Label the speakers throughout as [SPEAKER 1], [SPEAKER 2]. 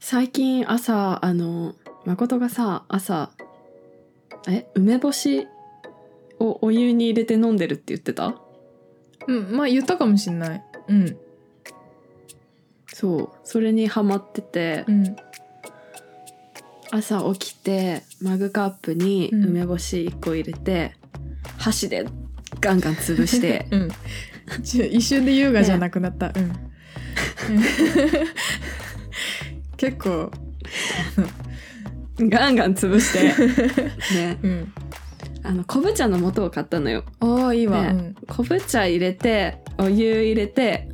[SPEAKER 1] 最近朝、あの、誠がさ、朝、え、梅干しをお湯に入れて飲んでるって言ってた
[SPEAKER 2] うん、まあ言ったかもしんない。うん。
[SPEAKER 1] そう。それにハマってて、
[SPEAKER 2] うん。
[SPEAKER 1] 朝起きて、マグカップに
[SPEAKER 2] うん
[SPEAKER 1] 梅干し1個入れて、箸でガンガン潰して、
[SPEAKER 2] うん。ちょ一瞬で優雅じゃなくなった。うん。うん結構、
[SPEAKER 1] ガンガン潰して、 ね。
[SPEAKER 2] うん。
[SPEAKER 1] あの、昆布茶の素を買ったのよ。
[SPEAKER 2] ああ、いいわ。
[SPEAKER 1] ね
[SPEAKER 2] うん
[SPEAKER 1] 昆布茶入れてお湯入れて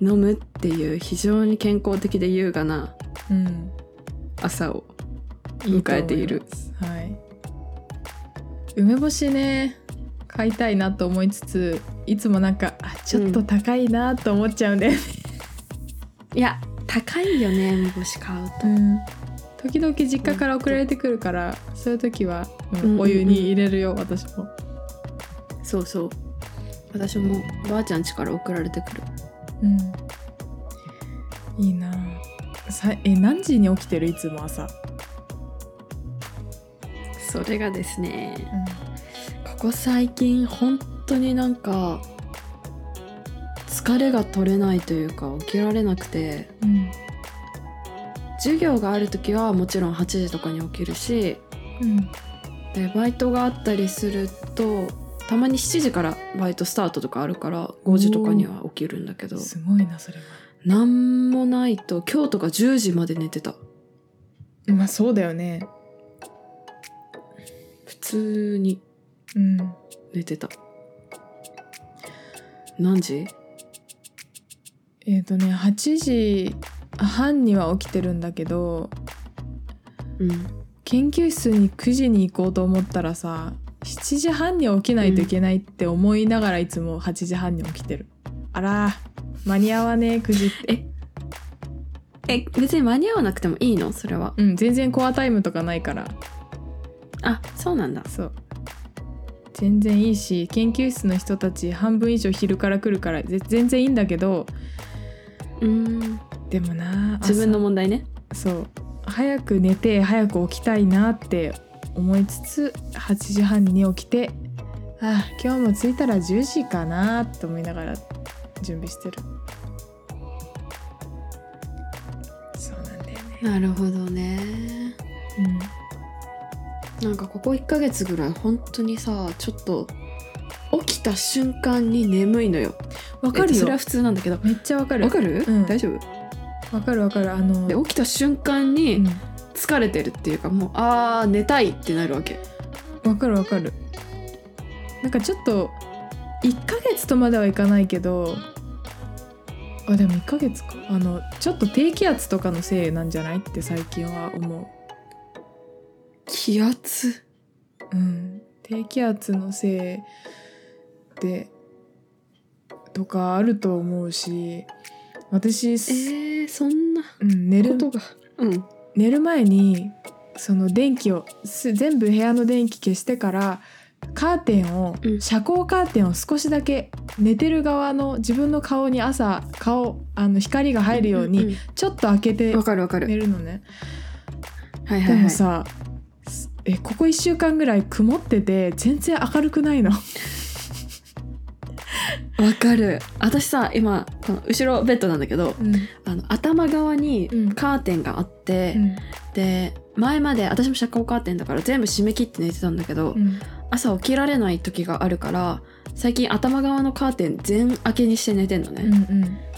[SPEAKER 1] 飲むっていう非常に健康的で優雅な
[SPEAKER 2] うん。
[SPEAKER 1] 朝を
[SPEAKER 2] いいと
[SPEAKER 1] 迎
[SPEAKER 2] 思
[SPEAKER 1] えている
[SPEAKER 2] ます。はい。梅干しね、買いたいなと思いつつ、いつもなんか、あ、ちょっと高いなと思っちゃうんで。
[SPEAKER 1] いや高いよね梅干し買うと
[SPEAKER 2] うん。時々実家から送られてくるから、そういう時は、
[SPEAKER 1] うんうん
[SPEAKER 2] う
[SPEAKER 1] うん
[SPEAKER 2] ん、お湯に入れるよ、私も。
[SPEAKER 1] そうそう私もばあちゃん家から送られてくる
[SPEAKER 2] うん。いいなあさえ、何時に起きてるいつも朝。
[SPEAKER 1] それがですねここ最近本当になんか疲れが取れないというか起きられなくて
[SPEAKER 2] うん。
[SPEAKER 1] 授業がある時はもちろん8時とかに起きるし
[SPEAKER 2] うん。
[SPEAKER 1] でバイトがあったりするとたまに7時からバイトスタートとかあるから5時とかには起きるんだけど
[SPEAKER 2] すごいな、それは。
[SPEAKER 1] なんもないと今日とか10時まで寝てた
[SPEAKER 2] まあ、そうだよね。
[SPEAKER 1] 普通に
[SPEAKER 2] うん。
[SPEAKER 1] 寝てた何時
[SPEAKER 2] えっ、とね8時半には起きてるんだけど
[SPEAKER 1] うん
[SPEAKER 2] 研究室に9時に行こうと思ったらさ7時半には起きないといけないって思いながらいつも8時半に起きてる、あら間に合わねえ9時って
[SPEAKER 1] ええ別に間に合わなくてもいいのそれは
[SPEAKER 2] うん全然コアタイムとかないから
[SPEAKER 1] あそうなんだ
[SPEAKER 2] そう全然いいし研究室の人たち半分以上昼から来るからぜ全然いいんだけど
[SPEAKER 1] うーん
[SPEAKER 2] でもな
[SPEAKER 1] 自分の
[SPEAKER 2] 朝
[SPEAKER 1] 問題ね
[SPEAKER 2] そう早く寝て早く起きたいなって思いつつ8時半に起きてああ今日も着いたら10時かなと思いながら準備してるそうなんだよね、
[SPEAKER 1] なるほどねなんかここ1ヶ月ぐらい本当にさちょっと起きた瞬間に眠いのよ
[SPEAKER 2] うん、わか
[SPEAKER 1] えっ
[SPEAKER 2] る
[SPEAKER 1] とそ
[SPEAKER 2] よ、
[SPEAKER 1] れは普通なんだけど
[SPEAKER 2] めっちゃわかる
[SPEAKER 1] わかる、
[SPEAKER 2] うん
[SPEAKER 1] 大丈夫
[SPEAKER 2] わかるわかるあの
[SPEAKER 1] で起きた瞬間
[SPEAKER 2] う
[SPEAKER 1] に
[SPEAKER 2] ん
[SPEAKER 1] 疲れてるっていうかもうあー寝たいってなるわけ
[SPEAKER 2] わかるわかるなんかちょっと1ヶ月とまではいかないけどあでも1ヶ月かあのちょっと低気圧とかのせいなんじゃないって最近は思
[SPEAKER 1] 気圧
[SPEAKER 2] う、うん、低気圧のせいでとかあると思うし私、
[SPEAKER 1] えー、そんなこ
[SPEAKER 2] うん、寝る
[SPEAKER 1] とがうん
[SPEAKER 2] 寝る前にその電気をす全部部屋の電気消してからカーテンを、
[SPEAKER 1] うん
[SPEAKER 2] 遮光カーテンを少しだけ寝てる側の自分の顔に朝顔あの光が入るように
[SPEAKER 1] ん
[SPEAKER 2] ちょっと開けて
[SPEAKER 1] うんわかるわか
[SPEAKER 2] 寝
[SPEAKER 1] る
[SPEAKER 2] るのね。
[SPEAKER 1] はいは
[SPEAKER 2] で
[SPEAKER 1] い、はい、
[SPEAKER 2] もさすえここ1週間ぐらい曇ってて全然明るくないの。
[SPEAKER 1] わかる私さ今この後ろベッドなんだけど
[SPEAKER 2] うん
[SPEAKER 1] あの頭側に
[SPEAKER 2] うん
[SPEAKER 1] カーテンがあって、で前まで私も遮光カーテンだから全部締め切って寝てたんだけど、
[SPEAKER 2] うん
[SPEAKER 1] 朝起きられない時があるから最近頭側のカーテン全開けにして寝てんの
[SPEAKER 2] うん
[SPEAKER 1] ね、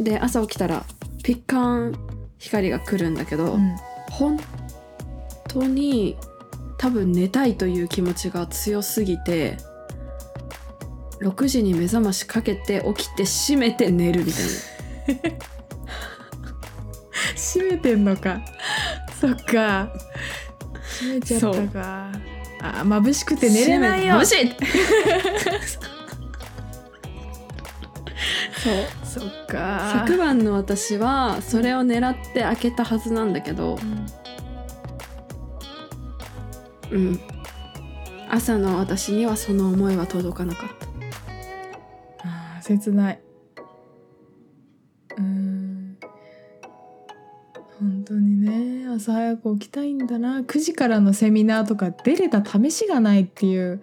[SPEAKER 1] で朝起きたらピッカーン光が来るんだけど、
[SPEAKER 2] うん
[SPEAKER 1] 本当に多分寝たいという気持ちが強すぎて6時に目覚ましかけて起きて閉めて寝るみたいな
[SPEAKER 2] 閉めてんのかそっか閉めちゃったかあ眩しくて寝れないよ
[SPEAKER 1] もしい そう
[SPEAKER 2] そっか
[SPEAKER 1] 昨晩の私はそれを狙って開けたはずなんだけど、うん、朝の私にはその思いは届かなかった
[SPEAKER 2] あー切ないうーん本当にね朝早く起きたいんだな9時からのセミナーとか出れた試しがないっていう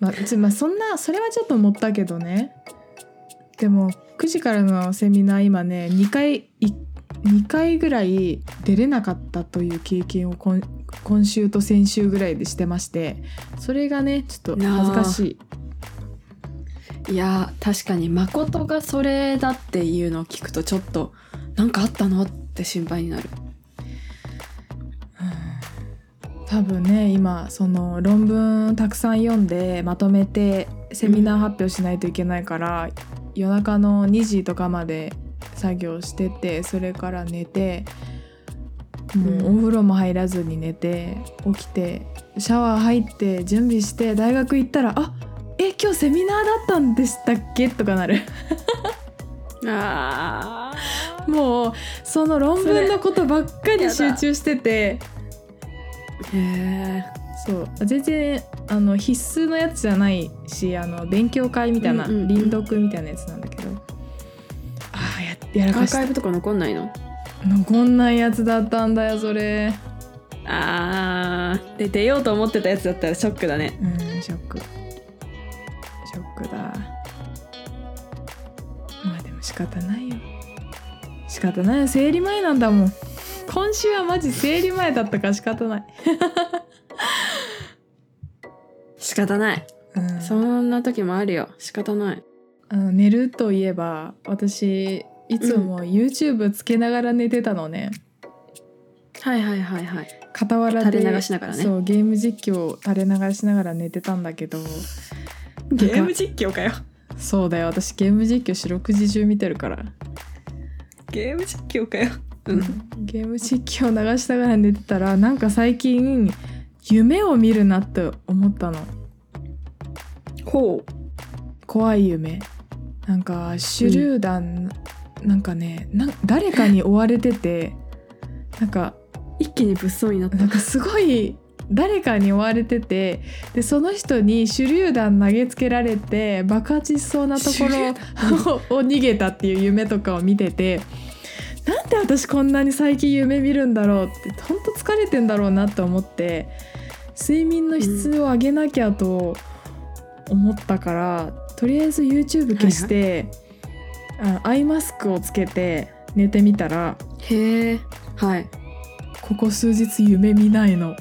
[SPEAKER 2] まあ、うちまあ、そんなそれはちょっと思ったけどねでも9時からのセミナー今ね2回い2回ぐらい出れなかったという経験を今今週と先週ぐらいでしてましてそれがねちょっと恥ずかしい
[SPEAKER 1] いやー確かに誠がそれだっていうのを聞くとちょっとなんかあったのって心配になる
[SPEAKER 2] うん多分ね今その論文たくさん読んでまとめてセミナー発表しないといけないから、夜中の2時とかまで作業しててそれから寝てもうお風呂も入らずに寝て起きてシャワー入って準備して大学行ったら「あえ今日セミナーだったんでしたっけ?」とかなる
[SPEAKER 1] あー
[SPEAKER 2] もうその論文のことばっかり
[SPEAKER 1] それやだ
[SPEAKER 2] 集中してて。
[SPEAKER 1] へー
[SPEAKER 2] そう全然あの必須のやつじゃないしあの勉強会みたいな、
[SPEAKER 1] うんうんうん
[SPEAKER 2] 臨読みたいなやつなんだけどああやや
[SPEAKER 1] ア
[SPEAKER 2] らか
[SPEAKER 1] ー
[SPEAKER 2] し
[SPEAKER 1] カイ
[SPEAKER 2] た
[SPEAKER 1] ブとか残んないの
[SPEAKER 2] 残んないやつだったんだよそれ
[SPEAKER 1] あーで出ようと思ってたやつだったらショックだね
[SPEAKER 2] うんショックショックだまあでも仕方ないよ仕方ないよ生理前なんだもん今週はマジ生理前だったから仕方ない、
[SPEAKER 1] 仕方ない
[SPEAKER 2] うん
[SPEAKER 1] そんな時もあるよ仕方ない
[SPEAKER 2] あの寝るといえば私いつも YouTube つけながら寝てたのね、
[SPEAKER 1] はいはいはいはい
[SPEAKER 2] 傍らで
[SPEAKER 1] 垂れ流しながらね
[SPEAKER 2] そうゲーム実況を垂れ流しながら寝てたんだけど
[SPEAKER 1] ゲ
[SPEAKER 2] ーム
[SPEAKER 1] 実況かよ
[SPEAKER 2] そうだよ私ゲーム実況四六時中見てるから、
[SPEAKER 1] ゲーム実況かよう
[SPEAKER 2] うんんゲーム実況を流しながら寝てたらなんか最近夢を見るなって思ったの
[SPEAKER 1] ほ
[SPEAKER 2] 怖い夢なんか手榴弾、なんかねな誰かに追われててなんか
[SPEAKER 1] う一気に物騒になった
[SPEAKER 2] なんかすごい誰かに追われててでその人に手榴弾投げつけられて爆発しそうなとこ
[SPEAKER 1] 手榴
[SPEAKER 2] ろをを逃げたっていう夢とかを見ててなんで私こんなに最近夢見るんだろうってほんと疲れてんだろうなって思って睡眠の質を上げなきゃと思ったから、とりあえず YouTube 消して、あアイマスクをつけて寝てみたら
[SPEAKER 1] へえはい
[SPEAKER 2] ここ数日夢見ないの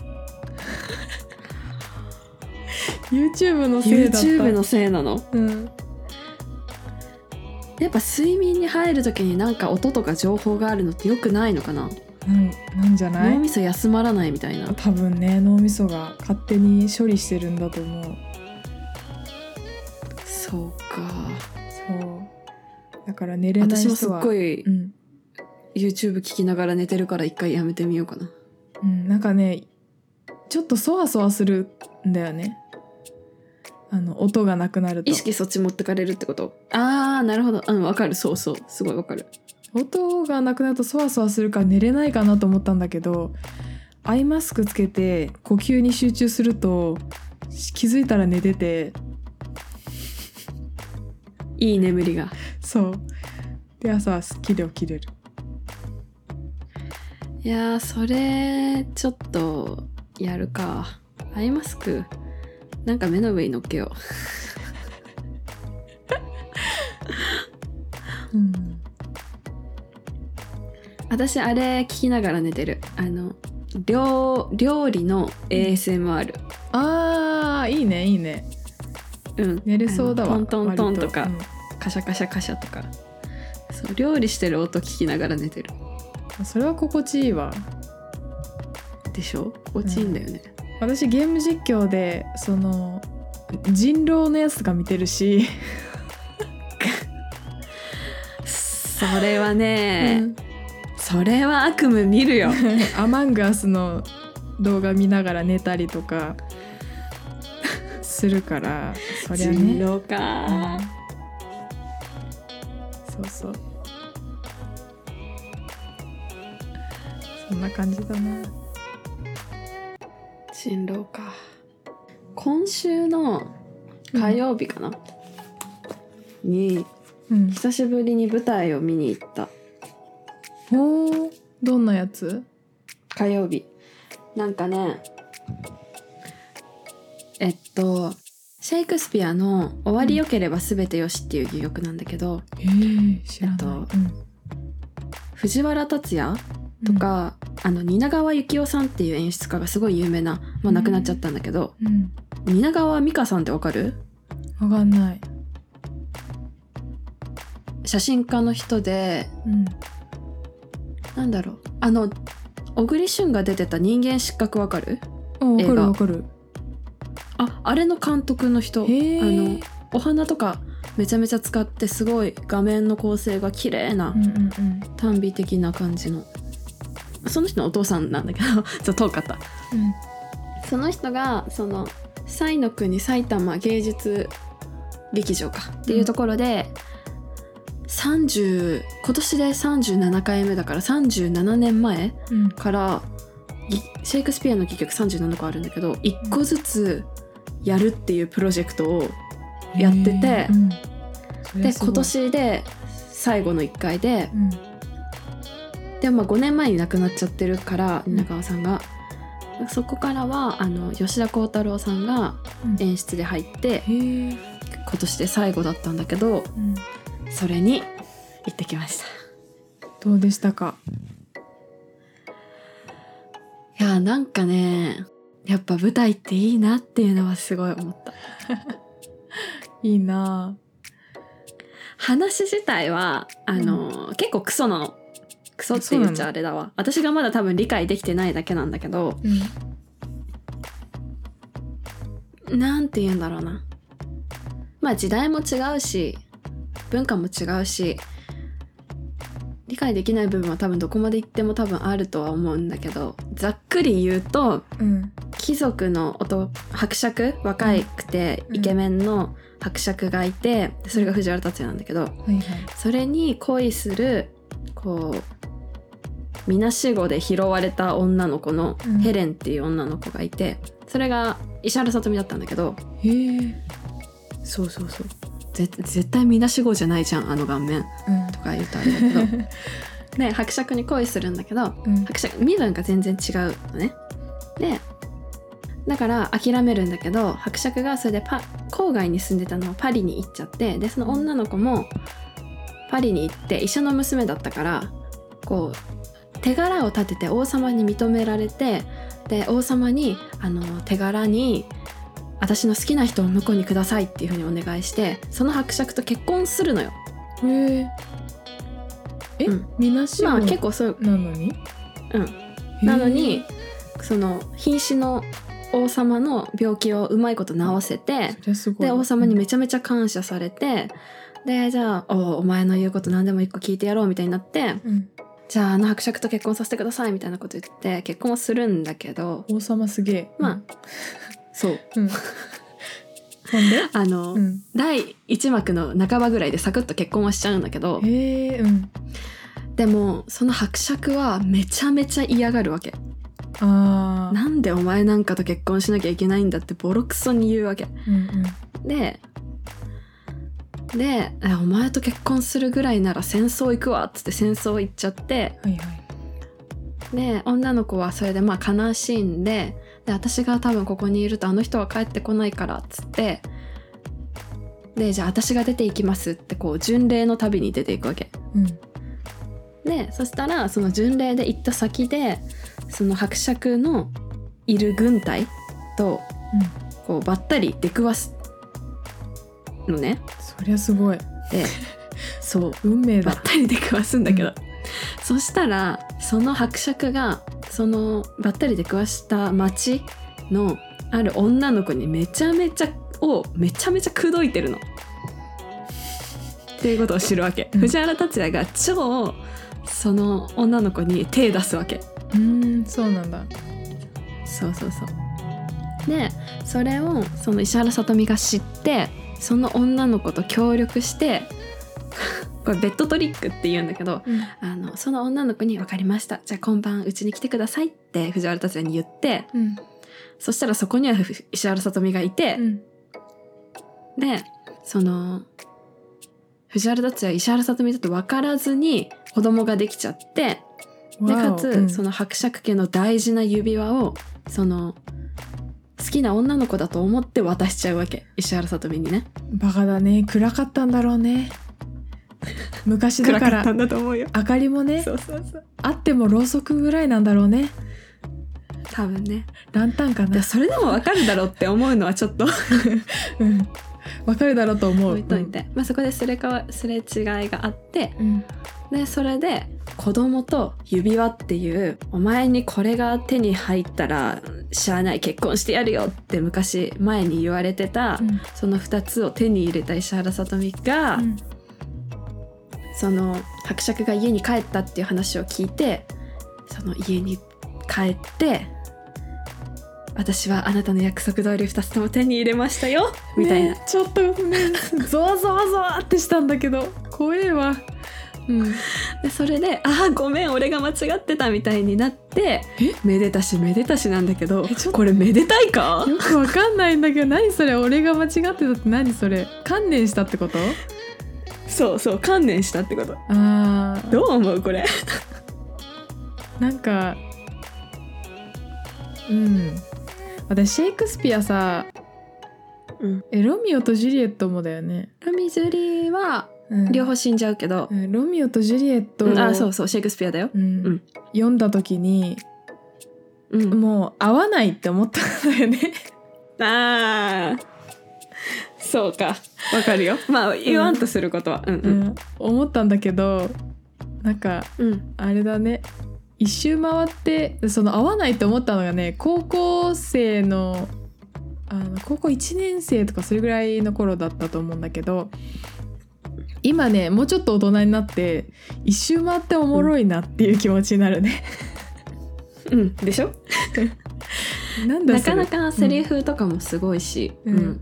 [SPEAKER 2] YouTube のせいだった
[SPEAKER 1] YouTube のせいなの
[SPEAKER 2] うん、
[SPEAKER 1] やっぱ睡眠に入る時になんか音とか情報があるのって良くないのかな、
[SPEAKER 2] なんなんじゃな
[SPEAKER 1] 脳
[SPEAKER 2] い
[SPEAKER 1] みそ休まらないみたいな
[SPEAKER 2] 多分ね脳みそが勝手に処理してるんだと思う
[SPEAKER 1] そうか
[SPEAKER 2] そうだから寝れない
[SPEAKER 1] 私もすっ
[SPEAKER 2] 人は
[SPEAKER 1] ごい
[SPEAKER 2] うん、
[SPEAKER 1] YouTube 聞きながら寝てるから一回やめてみようかな
[SPEAKER 2] うん、なんかねちょっとそわそわするんだよねあの音がなくなると
[SPEAKER 1] 意識そっち持ってかれるってことああなるほどうんわかるそうそうすごいわかる
[SPEAKER 2] 音がなくなるとそわそわするから寝れないかなと思ったんだけどアイマスクつけて呼吸に集中するとし気づいたら寝てて
[SPEAKER 1] いい眠りが
[SPEAKER 2] そうで朝すっきり起きれる
[SPEAKER 1] いやーそれちょっとやるかアイマスクなんか目の上に乗っけよ
[SPEAKER 2] うん
[SPEAKER 1] う私あれ聞きながら寝てるあの料料理の ASMR
[SPEAKER 2] あーいいねいいね
[SPEAKER 1] うん
[SPEAKER 2] 寝れそうだわ
[SPEAKER 1] あのトントントンとか
[SPEAKER 2] 割
[SPEAKER 1] カシャカシャカシャとかそう料理してる音聞きながら寝てる
[SPEAKER 2] うんそれは心地いいわ
[SPEAKER 1] でしょ心地いいんだよね、
[SPEAKER 2] 私ゲーム実況でその人狼のやつとか見てるし、
[SPEAKER 1] それはね、それは悪夢見る よ
[SPEAKER 2] アマングアスの動画見ながら寝たりとかするからそりゃね、
[SPEAKER 1] 人狼か、
[SPEAKER 2] うんそうそうそんな感じだな
[SPEAKER 1] 人狼か今週の火曜日かな、に
[SPEAKER 2] うん
[SPEAKER 1] 久しぶりに舞台を見に行った
[SPEAKER 2] おーどんなやつ
[SPEAKER 1] 火曜日なんかねえっとシェイクスピアの「終わりよければ全てよし」っていう戯曲なんだけど
[SPEAKER 2] えー、知らない、
[SPEAKER 1] えっ藤原竜也とか、あの蜷川幸雄さんっていう演出家がすごい有名なもう亡くなっちゃったんだけど、
[SPEAKER 2] うん、うん
[SPEAKER 1] 蜷川美香さんってわかる
[SPEAKER 2] わかんない、
[SPEAKER 1] 写真家の人で
[SPEAKER 2] うん、
[SPEAKER 1] なんだろうあの小栗旬が出てた「人間失格」わかる
[SPEAKER 2] あわか
[SPEAKER 1] 映
[SPEAKER 2] る
[SPEAKER 1] 画
[SPEAKER 2] わかる
[SPEAKER 1] ああれの監督の人あ
[SPEAKER 2] へえ
[SPEAKER 1] のお花とかめちゃめちゃ使ってすごい画面の構成が綺麗な
[SPEAKER 2] うんうんうん
[SPEAKER 1] 短美的な感じのその人のお父さんなんだけど ちょっと遠かった
[SPEAKER 2] うん
[SPEAKER 1] その人がその西野国埼玉芸術劇場かっていうところで、30今年で37回目だから37年前
[SPEAKER 2] うん
[SPEAKER 1] からぎシェイクスピアの戯曲37個あるんだけど1個ずつやるっていうプロジェクトをやってて
[SPEAKER 2] へーうんそりゃ
[SPEAKER 1] です
[SPEAKER 2] ごい
[SPEAKER 1] 今年で最後の1回で
[SPEAKER 2] うん
[SPEAKER 1] でもまあ5年前に亡くなっちゃってるから
[SPEAKER 2] うん
[SPEAKER 1] 蜷川さんが、そこからはあの吉田鋼太郎さんが
[SPEAKER 2] うん
[SPEAKER 1] 演出で入って
[SPEAKER 2] へー
[SPEAKER 1] 今年で最後だったんだけど
[SPEAKER 2] うん
[SPEAKER 1] それに行ってきました
[SPEAKER 2] どうでしたか
[SPEAKER 1] いやーなんかねやっぱ舞台っていいなっていうのはすごい思った
[SPEAKER 2] いいなあ
[SPEAKER 1] 話自体はあのー結構クソなのクソって言っちゃあれだわ私がまだ多分理解できてないだけなんだけど
[SPEAKER 2] うん
[SPEAKER 1] なんて言うんだろうなまあ時代も違うし文化も違うし理解できない部分は多分どこまで行っても多分あるとは思うんだけどざっくり言うと
[SPEAKER 2] うん
[SPEAKER 1] 貴族の男伯爵若いくて
[SPEAKER 2] うん
[SPEAKER 1] イケメンの伯爵がいてそれが藤原竜也なんだけど
[SPEAKER 2] はいはい
[SPEAKER 1] それに恋するこうみなしごで拾われた女の子の
[SPEAKER 2] うん
[SPEAKER 1] ヘレンっていう女の子がいて、それが石原さとみだったんだけど
[SPEAKER 2] へーそうそうそう
[SPEAKER 1] ぜ絶対みなしごじゃないじゃんあの顔面
[SPEAKER 2] うん
[SPEAKER 1] とか言うとあれだけど で伯爵に恋するんだけど
[SPEAKER 2] うん
[SPEAKER 1] 伯爵身分が全然違うのねでだから諦めるんだけど伯爵がそれでパ郊外に住んでたのをパリに行っちゃってでその女の子もパリに行って医者の娘だったからこう手柄を立てて王様に認められてで王様にあの手柄に私の好きな人を婿にくださいっていうふうにお願いしてその伯爵と結婚するのよ。
[SPEAKER 2] へーえ、
[SPEAKER 1] うん
[SPEAKER 2] みなしご
[SPEAKER 1] まあ
[SPEAKER 2] な
[SPEAKER 1] 結構そう
[SPEAKER 2] のに
[SPEAKER 1] うん
[SPEAKER 2] へー
[SPEAKER 1] なのにその瀕死の王様の病気をうまいこと治せて
[SPEAKER 2] そりゃすごい
[SPEAKER 1] で王様にめちゃめちゃ感謝されてでじゃあおお前の言うこと何でも一個聞いてやろうみたいになって
[SPEAKER 2] うん
[SPEAKER 1] じゃああの伯爵と結婚させてくださいみたいなこと言って結婚はするんだけど
[SPEAKER 2] 王様すげえ
[SPEAKER 1] まそう
[SPEAKER 2] あうんほ んで
[SPEAKER 1] あの、
[SPEAKER 2] うん
[SPEAKER 1] 第1幕の半ばぐらいでサクッと結婚はしちゃうんだけど
[SPEAKER 2] へえうん
[SPEAKER 1] でもその伯爵はめちゃめちゃ嫌がるわけ
[SPEAKER 2] ああ
[SPEAKER 1] なんでお前なんかと結婚しなきゃいけないんだってボロクソに言うわけ
[SPEAKER 2] うんうん
[SPEAKER 1] でで「えお前と結婚するぐらいなら戦争行くわ」っつって戦争行っちゃって
[SPEAKER 2] はいはい
[SPEAKER 1] で女の子はそれでまあ悲しんでで私が多分ここにいるとあの人は帰ってこないからっつってでじゃあ私が出て行きますってこう巡礼の旅に出ていくわけ
[SPEAKER 2] うん
[SPEAKER 1] でそしたらその巡礼で行った先でその伯爵のいる軍隊とこうばったり出くわすのね
[SPEAKER 2] そりゃすごい
[SPEAKER 1] でそう
[SPEAKER 2] 運 命
[SPEAKER 1] ば
[SPEAKER 2] だ
[SPEAKER 1] ったり出くわすんだけど、そしたらその伯爵がそのばったり出くわした町のある女の子にめちゃめちゃをめちゃめちゃ口説いてるの。っていうことを知るわけ、
[SPEAKER 2] うん
[SPEAKER 1] 藤原竜也が超その女の子に手出すわけ
[SPEAKER 2] うーんそうなんだ
[SPEAKER 1] そうそうそうでそれをその石原さとみが知ってその女の子と協力して これベッドトリックって言うんだけど
[SPEAKER 2] うん
[SPEAKER 1] あのその女の子に「分かりましたじゃあ今晩うちに来てください」って藤原竜也に言って
[SPEAKER 2] うん
[SPEAKER 1] そしたらそこにはふ石原さとみがいて、
[SPEAKER 2] うん
[SPEAKER 1] でその藤原竜也は石原さとみだと分からずに子供ができちゃってで
[SPEAKER 2] わ
[SPEAKER 1] か
[SPEAKER 2] お
[SPEAKER 1] つ、
[SPEAKER 2] うん
[SPEAKER 1] その伯爵家の大事な指輪をその好きな女の子だと思って渡しちゃうわけ石原さとみにね
[SPEAKER 2] バカだね暗かったんだろうね昔だから
[SPEAKER 1] んだと思うよ
[SPEAKER 2] 明かりもね
[SPEAKER 1] そうそうそう
[SPEAKER 2] あってもろうそくぐらいなんだろうね
[SPEAKER 1] 多分ね
[SPEAKER 2] ランタンか
[SPEAKER 1] で
[SPEAKER 2] な
[SPEAKER 1] それでもわかるだろうって思うのはちょっと
[SPEAKER 2] うんわかるだろうと思う
[SPEAKER 1] 置いといて、まあ、そこですれかわすれ違いがあって
[SPEAKER 2] うん
[SPEAKER 1] でそれで子供と指輪っていうお前にこれが手に入ったらしゃあない結婚してやるよって昔前に言われてた、
[SPEAKER 2] うん
[SPEAKER 1] その2つを手に入れた石原さとみが、
[SPEAKER 2] うん
[SPEAKER 1] その伯爵が家に帰ったっていう話を聞いてその家に帰って私はあなたの約束通り2つとも手に入れましたよみたいな、
[SPEAKER 2] ねちょっとねゾワゾワゾワってしたんだけど怖えわうん
[SPEAKER 1] でそれで「ああごめん俺が間違ってた」みたいになって
[SPEAKER 2] え
[SPEAKER 1] めでたしめでたしなんだけど
[SPEAKER 2] えちょっと
[SPEAKER 1] これめでたいか
[SPEAKER 2] よくわかんないんだけど何それ俺が間違ってたって何それ観念したって こと
[SPEAKER 1] そうそう観念したってこと
[SPEAKER 2] あー
[SPEAKER 1] どう思うこれ
[SPEAKER 2] なんかうん私シェイクスピアさ、
[SPEAKER 1] うん
[SPEAKER 2] えロミオとジュリエットもだよね、
[SPEAKER 1] ロミジュリーは
[SPEAKER 2] うん
[SPEAKER 1] 両方死んじゃうけど
[SPEAKER 2] う、んロミオとジュリエットを、
[SPEAKER 1] うんあそうそうシェイクスピアだよ、
[SPEAKER 2] うん
[SPEAKER 1] うん
[SPEAKER 2] 読んだ時に
[SPEAKER 1] うん、
[SPEAKER 2] もう合わないって思ったんだよね
[SPEAKER 1] あーそうかわかるよまあ言わんとすることはうん
[SPEAKER 2] う
[SPEAKER 1] うん
[SPEAKER 2] ん思ったんだけどなんか
[SPEAKER 1] うん
[SPEAKER 2] あれだね一周回ってその合わないと思ったのがね高校生のあの高校1年生とかそれぐらいの頃だったと思うんだけど今ねもうちょっと大人になって一周回っておもろいなっていう気持ちになるね。
[SPEAKER 1] うんでしょ
[SPEAKER 2] なんだ
[SPEAKER 1] な
[SPEAKER 2] そ
[SPEAKER 1] か
[SPEAKER 2] れ
[SPEAKER 1] なかセリフとかもすごいし、
[SPEAKER 2] うん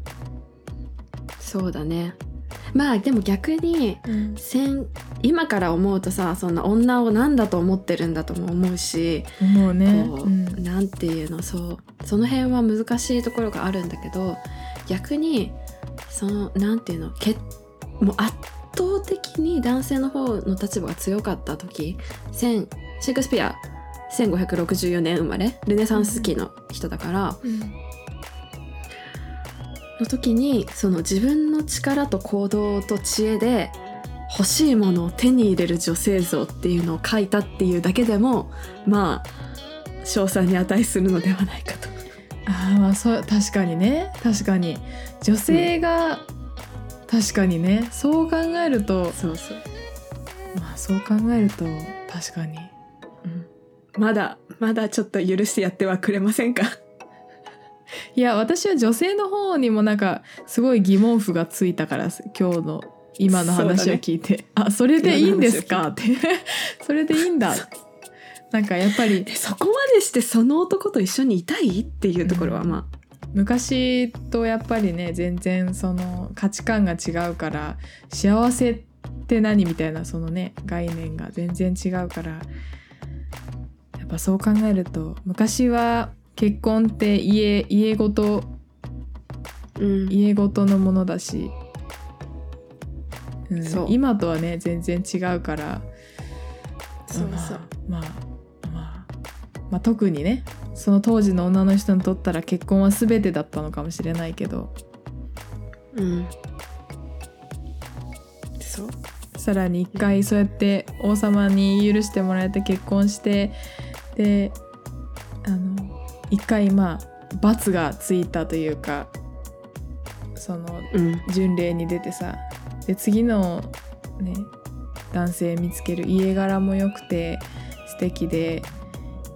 [SPEAKER 1] そうだねまあでも逆に
[SPEAKER 2] うん
[SPEAKER 1] 先今から思うとさそんな女を何だと思ってるんだとも思うし、
[SPEAKER 2] もうね、
[SPEAKER 1] こう、
[SPEAKER 2] うん
[SPEAKER 1] なんていうのそうその辺は難しいところがあるんだけど逆にそのなんていうのけもう圧倒的に男性の方の立場が強かった時千シェイクスピア1564年生まれルネサンス期の人だから、の時にその自分の力と行動と知恵で欲しいものを手に入れる女性像っていうのを書いたっていうだけでもまあ賞賛に値するのではないかと。
[SPEAKER 2] あーまあそう確かにね確かに女性が、確かにねそう考えると
[SPEAKER 1] そうそう、
[SPEAKER 2] まあそう考えると確かに。
[SPEAKER 1] うん、まだまだちょっと許してやってはくれませんか
[SPEAKER 2] いや私は女性の方にもなんかすごい疑問符がついたから今日の今の話を聞いて、あそれでいいんですかって それでいいんだなんかやっぱ り
[SPEAKER 1] でそこまでしてその男と一緒にいたいっていうところはまあ、
[SPEAKER 2] 昔とやっぱりね全然その価値観が違うから幸せって何みたいなそのね概念が全然違うからやっぱそう考えると昔は結婚って家家ごと
[SPEAKER 1] うん
[SPEAKER 2] 家ごとのものだし、うん
[SPEAKER 1] そう
[SPEAKER 2] 今とはね全然違うから
[SPEAKER 1] そうそう
[SPEAKER 2] まあまあ、まあまあ特にねその当時の女の人にとったら結婚は全てだったのかもしれないけど
[SPEAKER 1] うんそう
[SPEAKER 2] さらに一回そうやって王様に許してもらえて結婚してであの一回まあ罰がついたというかその
[SPEAKER 1] うん
[SPEAKER 2] 巡礼に出てさで次の、ね、男性見つける家柄も良くて素敵で、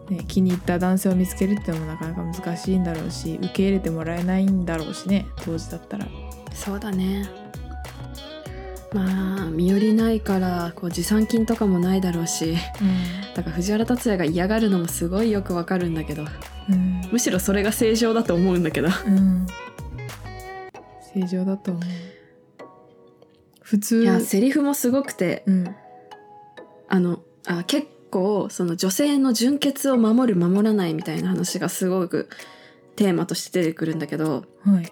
[SPEAKER 2] ね、気に入った男性を見つけるってのもなかなか難しいんだろうし受け入れてもらえないんだろうしね当時だったら。
[SPEAKER 1] そうだねまあ身寄りないからこう持参金とかもないだろうしだから藤原竜也が嫌がるのもすごいよくわかるんだけど
[SPEAKER 2] うん
[SPEAKER 1] むしろそれが正常だと思うんだけど
[SPEAKER 2] うん正常だと思う。普通
[SPEAKER 1] いやセリフもすごくて
[SPEAKER 2] うん
[SPEAKER 1] あのあ結構その女性の純潔を守る守らないみたいな話がすごくテーマとして出てくるんだけど
[SPEAKER 2] はい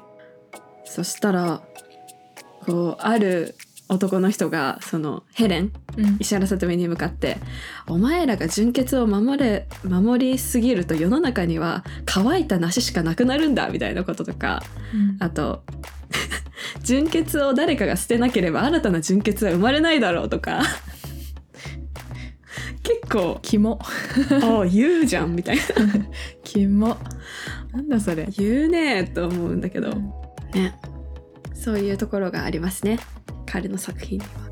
[SPEAKER 1] そしたらこうある男の人がそのヘレン
[SPEAKER 2] うん
[SPEAKER 1] 石原さとみに向かって「お前らが純潔を守れ守りすぎると世の中には乾いた梨しかなくなるんだ」みたいなこととかあと 純潔を誰かが捨てなければ新たな純潔は生まれないだろうとか 結構
[SPEAKER 2] キモ
[SPEAKER 1] 「ああ言うじゃん」みたいな
[SPEAKER 2] キモなんだそれ
[SPEAKER 1] 言うねーと思うんだけど
[SPEAKER 2] うん
[SPEAKER 1] ねそういうところがありますね彼の作品には。